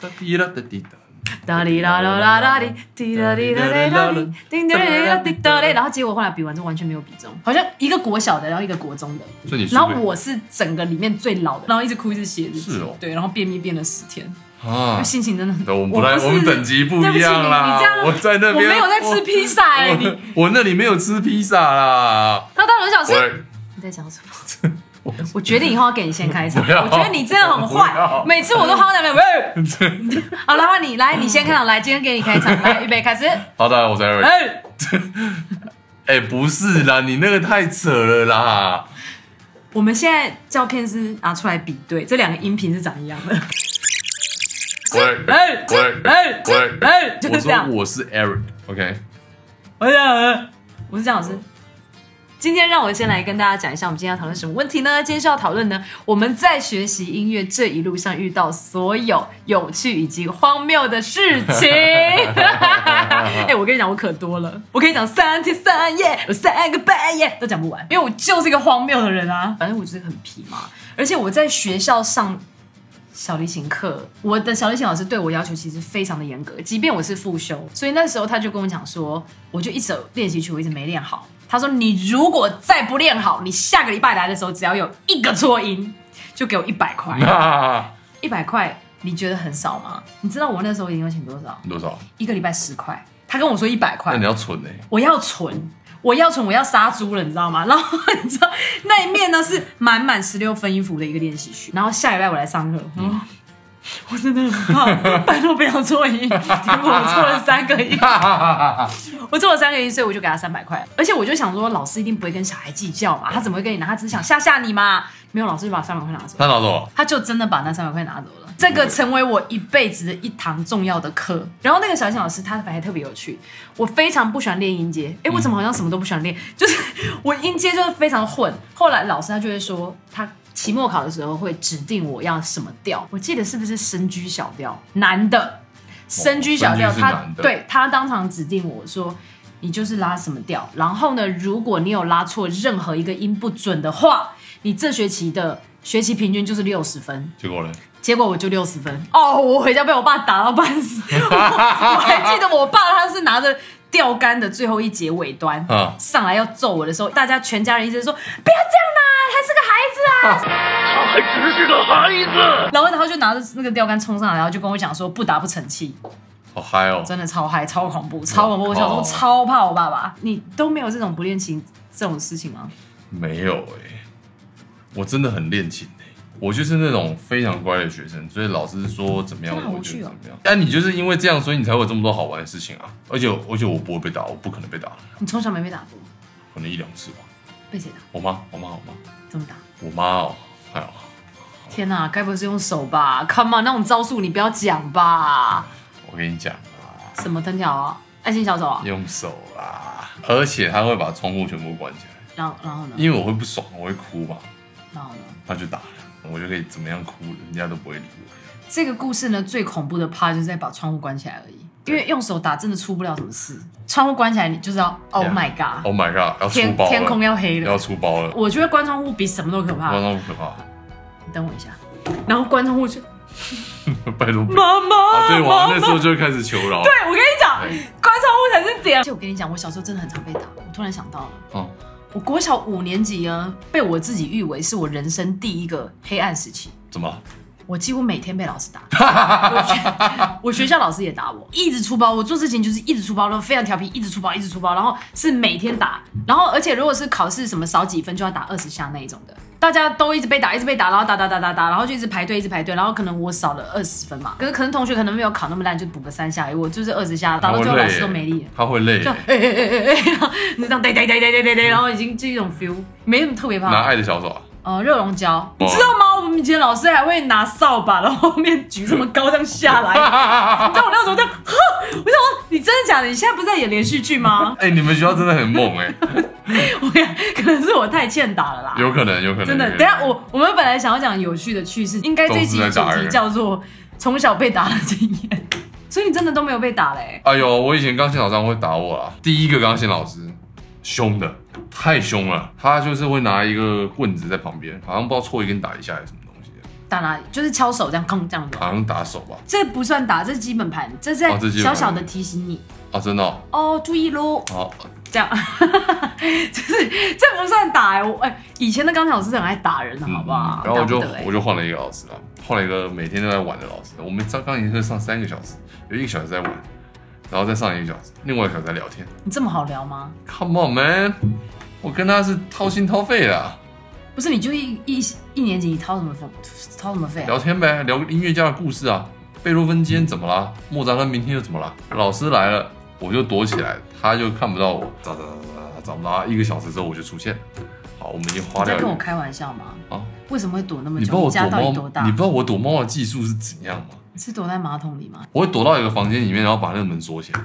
哒滴啦哒滴哒。哒哩啦啦啦啦哩，滴啦哩啦啦啦哩，叮叮哩啦滴哒哩。然后结果后来比完之后完全没有比中，好像一个国小的，然后一个国中的。所以你然后输我是整个里面最老的，然后一直哭一直写日记，是哦对，然后便秘便了十天，我啊，心情真的很。对我们不太，是我们等级不一样啦。对不我起你你这在样，那边，我没有在吃披萨哎、你。我我那里没有吃披萨啦。他当然想吃，喂，你在讲什么？我决定以后要给你先开场，不要我觉得你真的很不坏要，每次我都好两两喂。好了，换你来，你先开场，来，今天给你开场，来，预备开始。好的，我在那边。哎，哎，不是啦，你那个太扯了啦。我们现在照片是拿出来比对，这两个音频是长一样的。喂哎喂哎喂哎，就我是这说样。哎我是 Eric，OK，我想，我是蒋老师。今天让我先来跟大家讲一下，我们今天要讨论什么问题呢？今天是要讨论呢，我们在学习音乐这一路上遇到所有有趣以及荒谬的事情。哎、我跟你讲，我可多了，我可以讲三天三夜，有三个半夜都讲不完，因为我就是一个荒谬的人啊。反正我就是很皮嘛，而且我在学校上小提琴课，我的小提琴老师对我要求其实非常的严格，即便我是复修，所以那时候他就跟我讲说，我就一首练习曲我一直没练好。他说你如果再不练好，你下个礼拜来的时候只要有一个错音，就给我一百块。那一百块你觉得很少吗？你知道我那时候零用钱多少？ 多少？一个礼拜十块。他跟我说一百块那，你要存呢？ 我要存，我要存，我要杀猪了，你知道吗？然 后你知道那一面呢是满满十六分音符的一个练习曲，然后下礼拜我来上课，嗯、我真的很怕，拜托不要错音，结果我错了三个音。 哈哈哈哈哈！我做了三个月，所以我就给他三百块。而且我就想说，老师一定不会跟小孩计较嘛，他怎么会跟你拿？他只是想吓吓你嘛。没有，老师就把三百块拿走，他拿走，他就真的把那三百块拿走了。这个成为我一辈子的一堂重要的课。然后那个小提琴老师他还特别有趣，我非常不喜欢练音阶，哎，我怎么好像什么都不喜欢练？ 就是我音阶就是非常混。后来老师他就会说，他期末考的时候会指定我要什么调，我记得是不是升居小调，男的。升居小调，升居是他男的对他当场指定我说，你就是拉什么调。然后呢，如果你有拉错任何一个音不准的话，你这学期的学习平均就是六十分。结果呢？结果我就六十分哦，我回家被我爸打到半 死。我我还记得我爸他是拿着钓竿的最后一节尾端啊上来要揍我的时候，大家全家人一直说不要这样啦，还是个孩子啊。他还只是个孩子。然后他就拿着那个钓竿冲上来，然后就跟我讲说不打不成器。好嗨哦！真的超嗨、超恐怖、超恐怖！哇哦我小时候靠超怕我爸爸。你都没有这种不练琴这种事情吗？没有哎、我真的很练琴哎、我就是那种非常乖的学生，所以老师说怎么样真的好我无就趣怎哦么样。但你就是因为这样，所以你才会有这么多好玩的事情啊！而且而且我不会被打，我不可能被打，你从小没被打过，可能一两次吧。被谁打？我妈，我妈，我妈，怎么打？我妈哦，还好，天哪、该不会是用手吧？Come on，那种招数你不要讲吧？我跟你讲啊，什么藤条啊？爱心小手啊？用手啦，而且她会把窗户全部关起来，然后然后呢？因为我会不爽，我会哭嘛，然后呢？她就打了，我就可以怎么样哭，人家都不会理我。这个故事呢，最恐怖的怕就是在把窗户关起来而已，因为用手打真的出不了什么事。窗户关起来，你就知道，Oh Yeah my god， Oh my god，要出天包了，天空要黑了要。嗯出包了，我觉得关窗户比什么都可怕不。要那么可怕。你等我一下，然后关窗户就拜托不要。妈妈，啊，对，我妈妈那时候就会开始求饶。对，哎对，我跟你讲对，关窗户才是点。而且我跟你讲，我小时候真的很常被打。我突然想到了，嗯，我国小五年级呢，被我自己誉为是我人生第一个黑暗时期。怎么了？我几乎每天被老师打，我学 我学校老师也打我，一直出包。我做事情就是一直出包，然后非常调皮，一直出包，一直出包，然后是每天打，然后而且如果是考试什么少几分就要打二十下那一种的，大家都一直被打，一直被打，然后打打打打打，然后就一直排队，一直排队，然后可能我少了二十分嘛，可是可能同学可能没有考那么烂，就补个三下而已，我就是二十下，打他到会最后累老耶，师都没力 了。他会累耶，就哎哎哎哎哎，然后 你这样对对对对对对对，然后已经这一种 feel，没什么特别怕。拿爱的小手啊，呃，热熔哦胶，你知道吗？我们以前老师还会拿扫把，然后后面举这么高这样下来。 啊你知道我那时候这样，呵我想说，你真的假的？你现在不是在演连续剧吗？ 哎，你们学校真的很猛哎，我跟你讲可能是我太欠打了啦。有可能，有可能，真的有，可能等一下我我们本来想要讲有趣的趣事，应该这一集都是主在打题人叫做从小被打的经验。 所以你真的都没有被打嘞、哎呦，我以前钢琴老师会打我啊，第一个钢琴老师凶的，太凶了，他就是会拿一个棍子在旁边，好像不知道错一根打一下还是什么东西的，打哪里？就是敲手这样，空这样的。好像打手吧？这不算打，这是基本盘，这是在哦这基本小盘小的提醒你啊，真的哦，哦，注意喽，好，这样， 就是这不算打哎、我哎、以前的钢琴老师很爱打人的，好不好？嗯然后我就打不得哎我就换了一个老师了，换了一个每天都在玩的老师。我们上钢琴课上三个小时，有一个小时在玩，然后再上一个小时，另外一个小时在聊天。你这么好聊吗？ Come on man，我跟他是掏心掏肺的啊、不是，你就一一一年级，你掏什么费？掏什么费啊？聊天呗，聊音乐家的故事啊。贝多芬今天怎么啦？莫扎特明天又怎么啦？老师来了，我就躲起来，他就看不到我。找找找找找不到，一个小时之后我就出现。好，我们已经花掉你在一跟我个。开玩笑吗？啊为什么会躲那么你久？不知道我家到底多躲猫，大？你不知道我躲猫的技术是怎样吗？你是躲在马桶里吗？我会躲到一个房间里面，然后把那个门锁起来。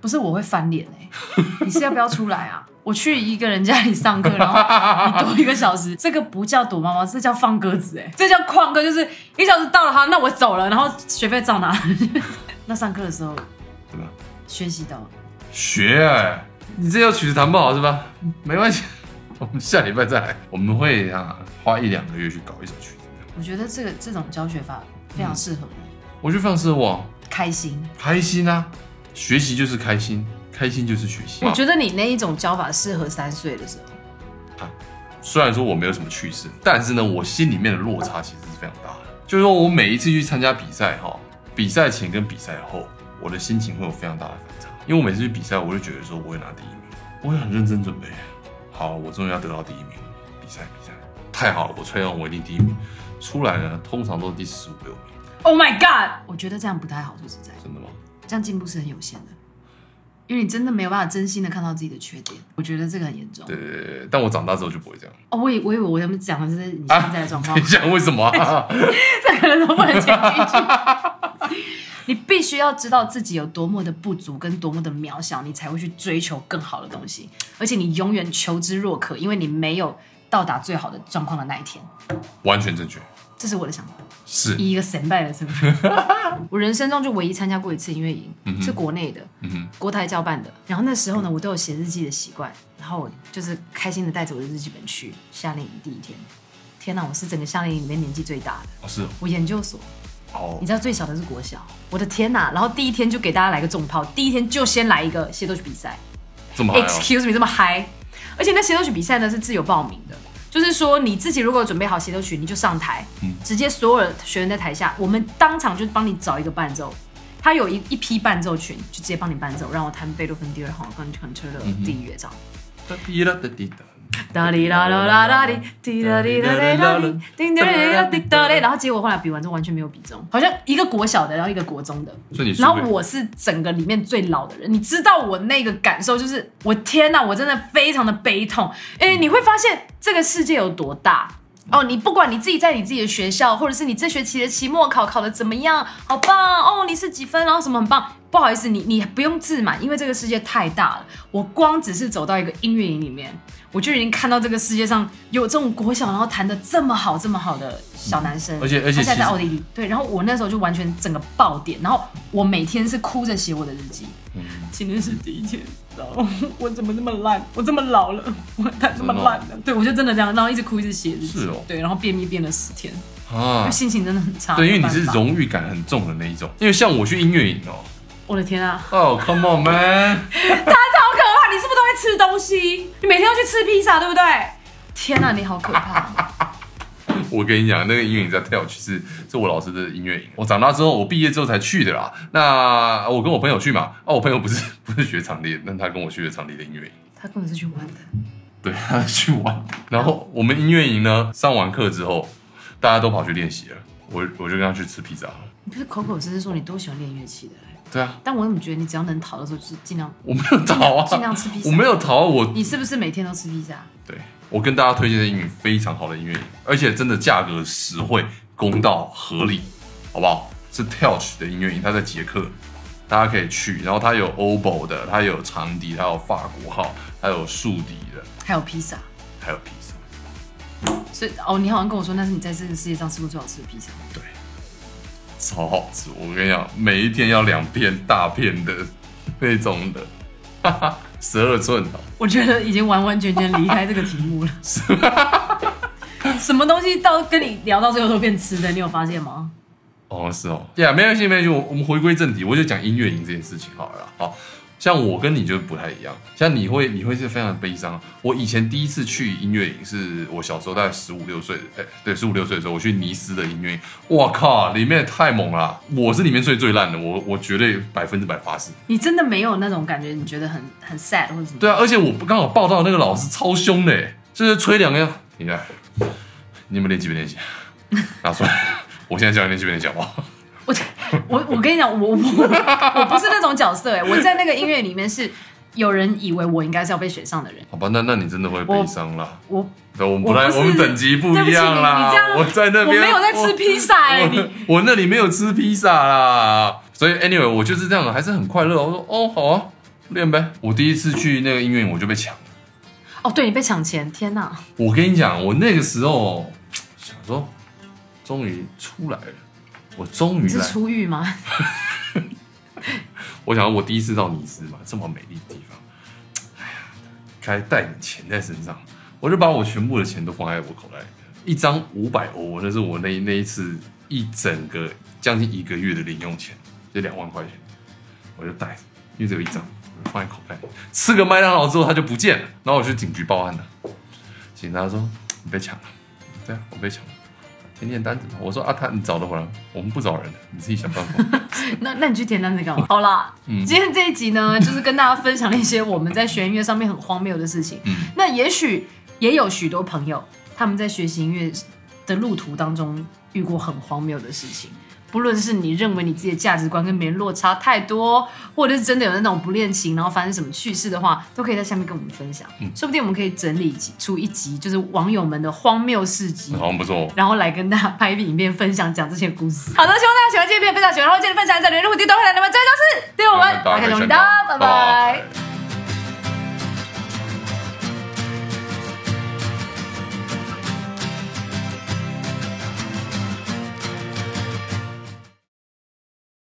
不是，我会翻脸哎、你是要不要出来啊？我去一个人家里上课，然后你躲一个小时，这个不叫躲猫猫，这叫放鸽子哎、这叫旷课，就是一小时到了，好，那我走了，然后学费照拿。 那上课的时候怎么样学习到了，学、欸，你这首曲子弹不好是吧？没关系，我们下礼拜再来。我们会啊花一两个月去搞一首曲子，我觉得这个这种教学法非常适合你，我就放肆我开心。开心啊，学习就是开心，开心就是学习。我觉得你那一种教法适合三岁的时候。虽然说我没有什么趣事，但是呢，我心里面的落差其实是非常大的。就是说我每一次去参加比赛哈，比赛前跟比赛后，我的心情会有非常大的反差。因为我每次去比赛，我就觉得说我会拿第一名，我会很认真准备。好，我终于要得到第一名，比赛比赛，太好了，我吹完我一定第一名。出来呢，通常都是第十五六名， Oh my god！我觉得这样不太好，说实在，真的吗？这样进步是很有限的，因为你真的没有办法真心的看到自己的缺点。我觉得这个很严重。对对对，对但我长大之后就不会这样。哦，我以我以为我们讲的是你现在的状 况，你想为什么、啊？ 这可能都不能讲进去。你必须要知道自己有多么的不足跟多么的渺小，你才会去追求更好的东西，而且你永远求知若渴，因为你没有到达最好的状况的那一天。完全正确，这是我的想法，是以一个神败的身份。我人生中就唯一参加过一次音乐营，是国内的，嗯哼国台交办的。然后那时候呢，我都有写日记的习惯，然后我就是开心的带着我的日记本去夏令营第一天。天哪，我是整个夏令营里面年纪最大的。哦是哦我研究所，哦你，知道最小的是国小，我的天呐！然后第一天就给大家来个重炮，第一天就先来一个协斗曲比赛这么好、哦。 ，Excuse me，这么嗨！而且那协斗曲比赛呢是自由报名的，就是说你自己如果准备好协斗曲，你就上台，直接所有的学员在台下，我们当场就帮你找一个伴奏，他有一一批伴奏群，就直接帮你伴奏，让我弹贝多芬第二号跟 Concerto 第一乐章。哒滴啦哒滴哒。哒哩啦啦啦啦哩，滴啦哩啦哩啦哩，叮叮哩啦滴哒哩。然后结果后来比完之后完全没有比中，好像一个国小的，然后一个国中的。所以你输然后给我是整个里面最老的人，你知道我那个感受就是，我天哪，我真的非常的悲痛。哎，你会发现这个世界有多大。嗯哦，你不管你自己在你自己的学校，或者是你这学期的期末考考的怎么样，好棒哦，你是几分，然后什么很棒。不好意思，你你不用自满，因为这个世界太大了。我光只是走到一个音乐营里面，我就已经看到这个世界上有这种国小然后弹的这么好这么好的小男生，而且而且他现在其在实奥地利，对。然后我那时候就完全整个爆点，然后我每天是哭着写我的日记。嗯今天是第一天，然后我怎么这么烂？我这么老了，我弹这么烂的？对，我就真的这样，然后一直哭一直写日记。哦是哦对，然后便秘便了十天，啊就，心情真的很差。对，因为没你办法是，荣誉感很重的那一种。因为像我去音乐营哦，我的天啊，哦，Come on man，他好可怕！你是不是都会吃东西？你每天要去吃披萨，对不对？天啊，你好可 怕！我跟你讲，那个音乐营在跳曲是是我老师的音乐营。我长大之后，我毕业之后才去的啦。那我跟我朋友去嘛，啊，我朋友不是 不是学长笛的，但他跟我去了长笛的音乐营。他根本是去玩的。对，他去玩。然后我们音乐营呢，上完课之后，大家都跑去练习了。我我就跟他去吃披萨。你不是口口声声说你多喜欢练乐器的，对啊，但我怎么觉得你只要能逃的时候，就是尽量。我没有逃啊，尽量吃披萨我没有逃啊，我你是不是每天都吃披萨？对我跟大家推荐的英语非常好的音乐营，而且真的价格实惠、公道、合理，好不好？是 Telch 的音乐营，它在捷克，大家可以去。然后它有 oboe 的，它有长笛，它有法国号，它有竖笛的，还有披萨？还有披萨。所以哦，你好像跟我说那是你在这个世界上吃过最好吃的披萨。对，超好吃！我跟你讲，每一天要两片大片的 那种的，哈哈，十二寸的。哦 我觉得已经完完全全离开这个题目了。 什么东西到跟你聊到最后都变吃的，你有发现吗？哦，是哦，呀、yeah,，没关系，没关系，我我们回归正题，我就讲音乐营这件事情好了啦。好，像我跟你就不太一样，像你会你会是非常悲伤。我以前第一次去音乐营是我小时候大概十五六岁的，哎、对，十五六岁的时候我去尼斯的音乐营，哇靠，里面太猛了啦，我是里面最最烂的，我我绝对百分之百发誓。你真的没有那种感觉，你觉得很很 sad 或者什么？对啊，而且我不刚好报到那个老师超凶的欸，就是吹两个，停下来，你们练几遍练习，拿出来， 我现在叫你练几遍练习好不好？我我我跟你讲，我我我不是那种角色哎、我在那个音乐里面是有人以为我应该是要被选上的人，好吧，那那你真的会悲伤啦。我对，我们不太，我不是我们等级不一样啦。对不起你你这样我在那我边，没有在吃披萨哎、我你 我那里没有吃披萨啦，所以 anyway 我就是这样，还是很快乐。我说哦，好啊，练呗。我第一次去那个音乐营我就被抢了。哦，对你被抢钱，天哪！我跟你讲，我那个时候想说，终于出来了，我终于你是来。出狱吗？我想我第一次到尼斯嘛，这么美丽的地方，哎呀，该带点钱在身上，我就把我全部的钱都放在我口袋里面，一张五百欧，那是我那那一次一整个将近一个月的零用钱，就两万块钱，我就带着，因为只有一张，我就放在口袋里。吃个麦当劳之后，它就不见了，然后我去警局报案了，警察说你被抢了，对啊，我被抢了。填填单子嘛，我说啊，他你找得回来吗？我们不找人，你自己想办法。 那那你去填单子干嘛？好啦，嗯今天这一集呢，就是跟大家分享了一些我们在学音乐上面很荒谬的事情。嗯那也许也有许多朋友，他们在学习音乐的路途当中遇过很荒谬的事情。不论是你认为你自己的价值观跟别人落差太多，或者是真的有那种不恋情，然后发生什么趣事的话，都可以在下面跟我们分享。嗯说不定我们可以整理几出一集，就是网友们的荒谬事迹。好像不错哦。然后来跟大家拍影片分享讲这些故事。好的，希望大家喜欢这篇，非常喜欢，然后记得分享在留言，如果订阅都会来，那么这就是对我们我们大打家开可以龙选的到，拜拜拜。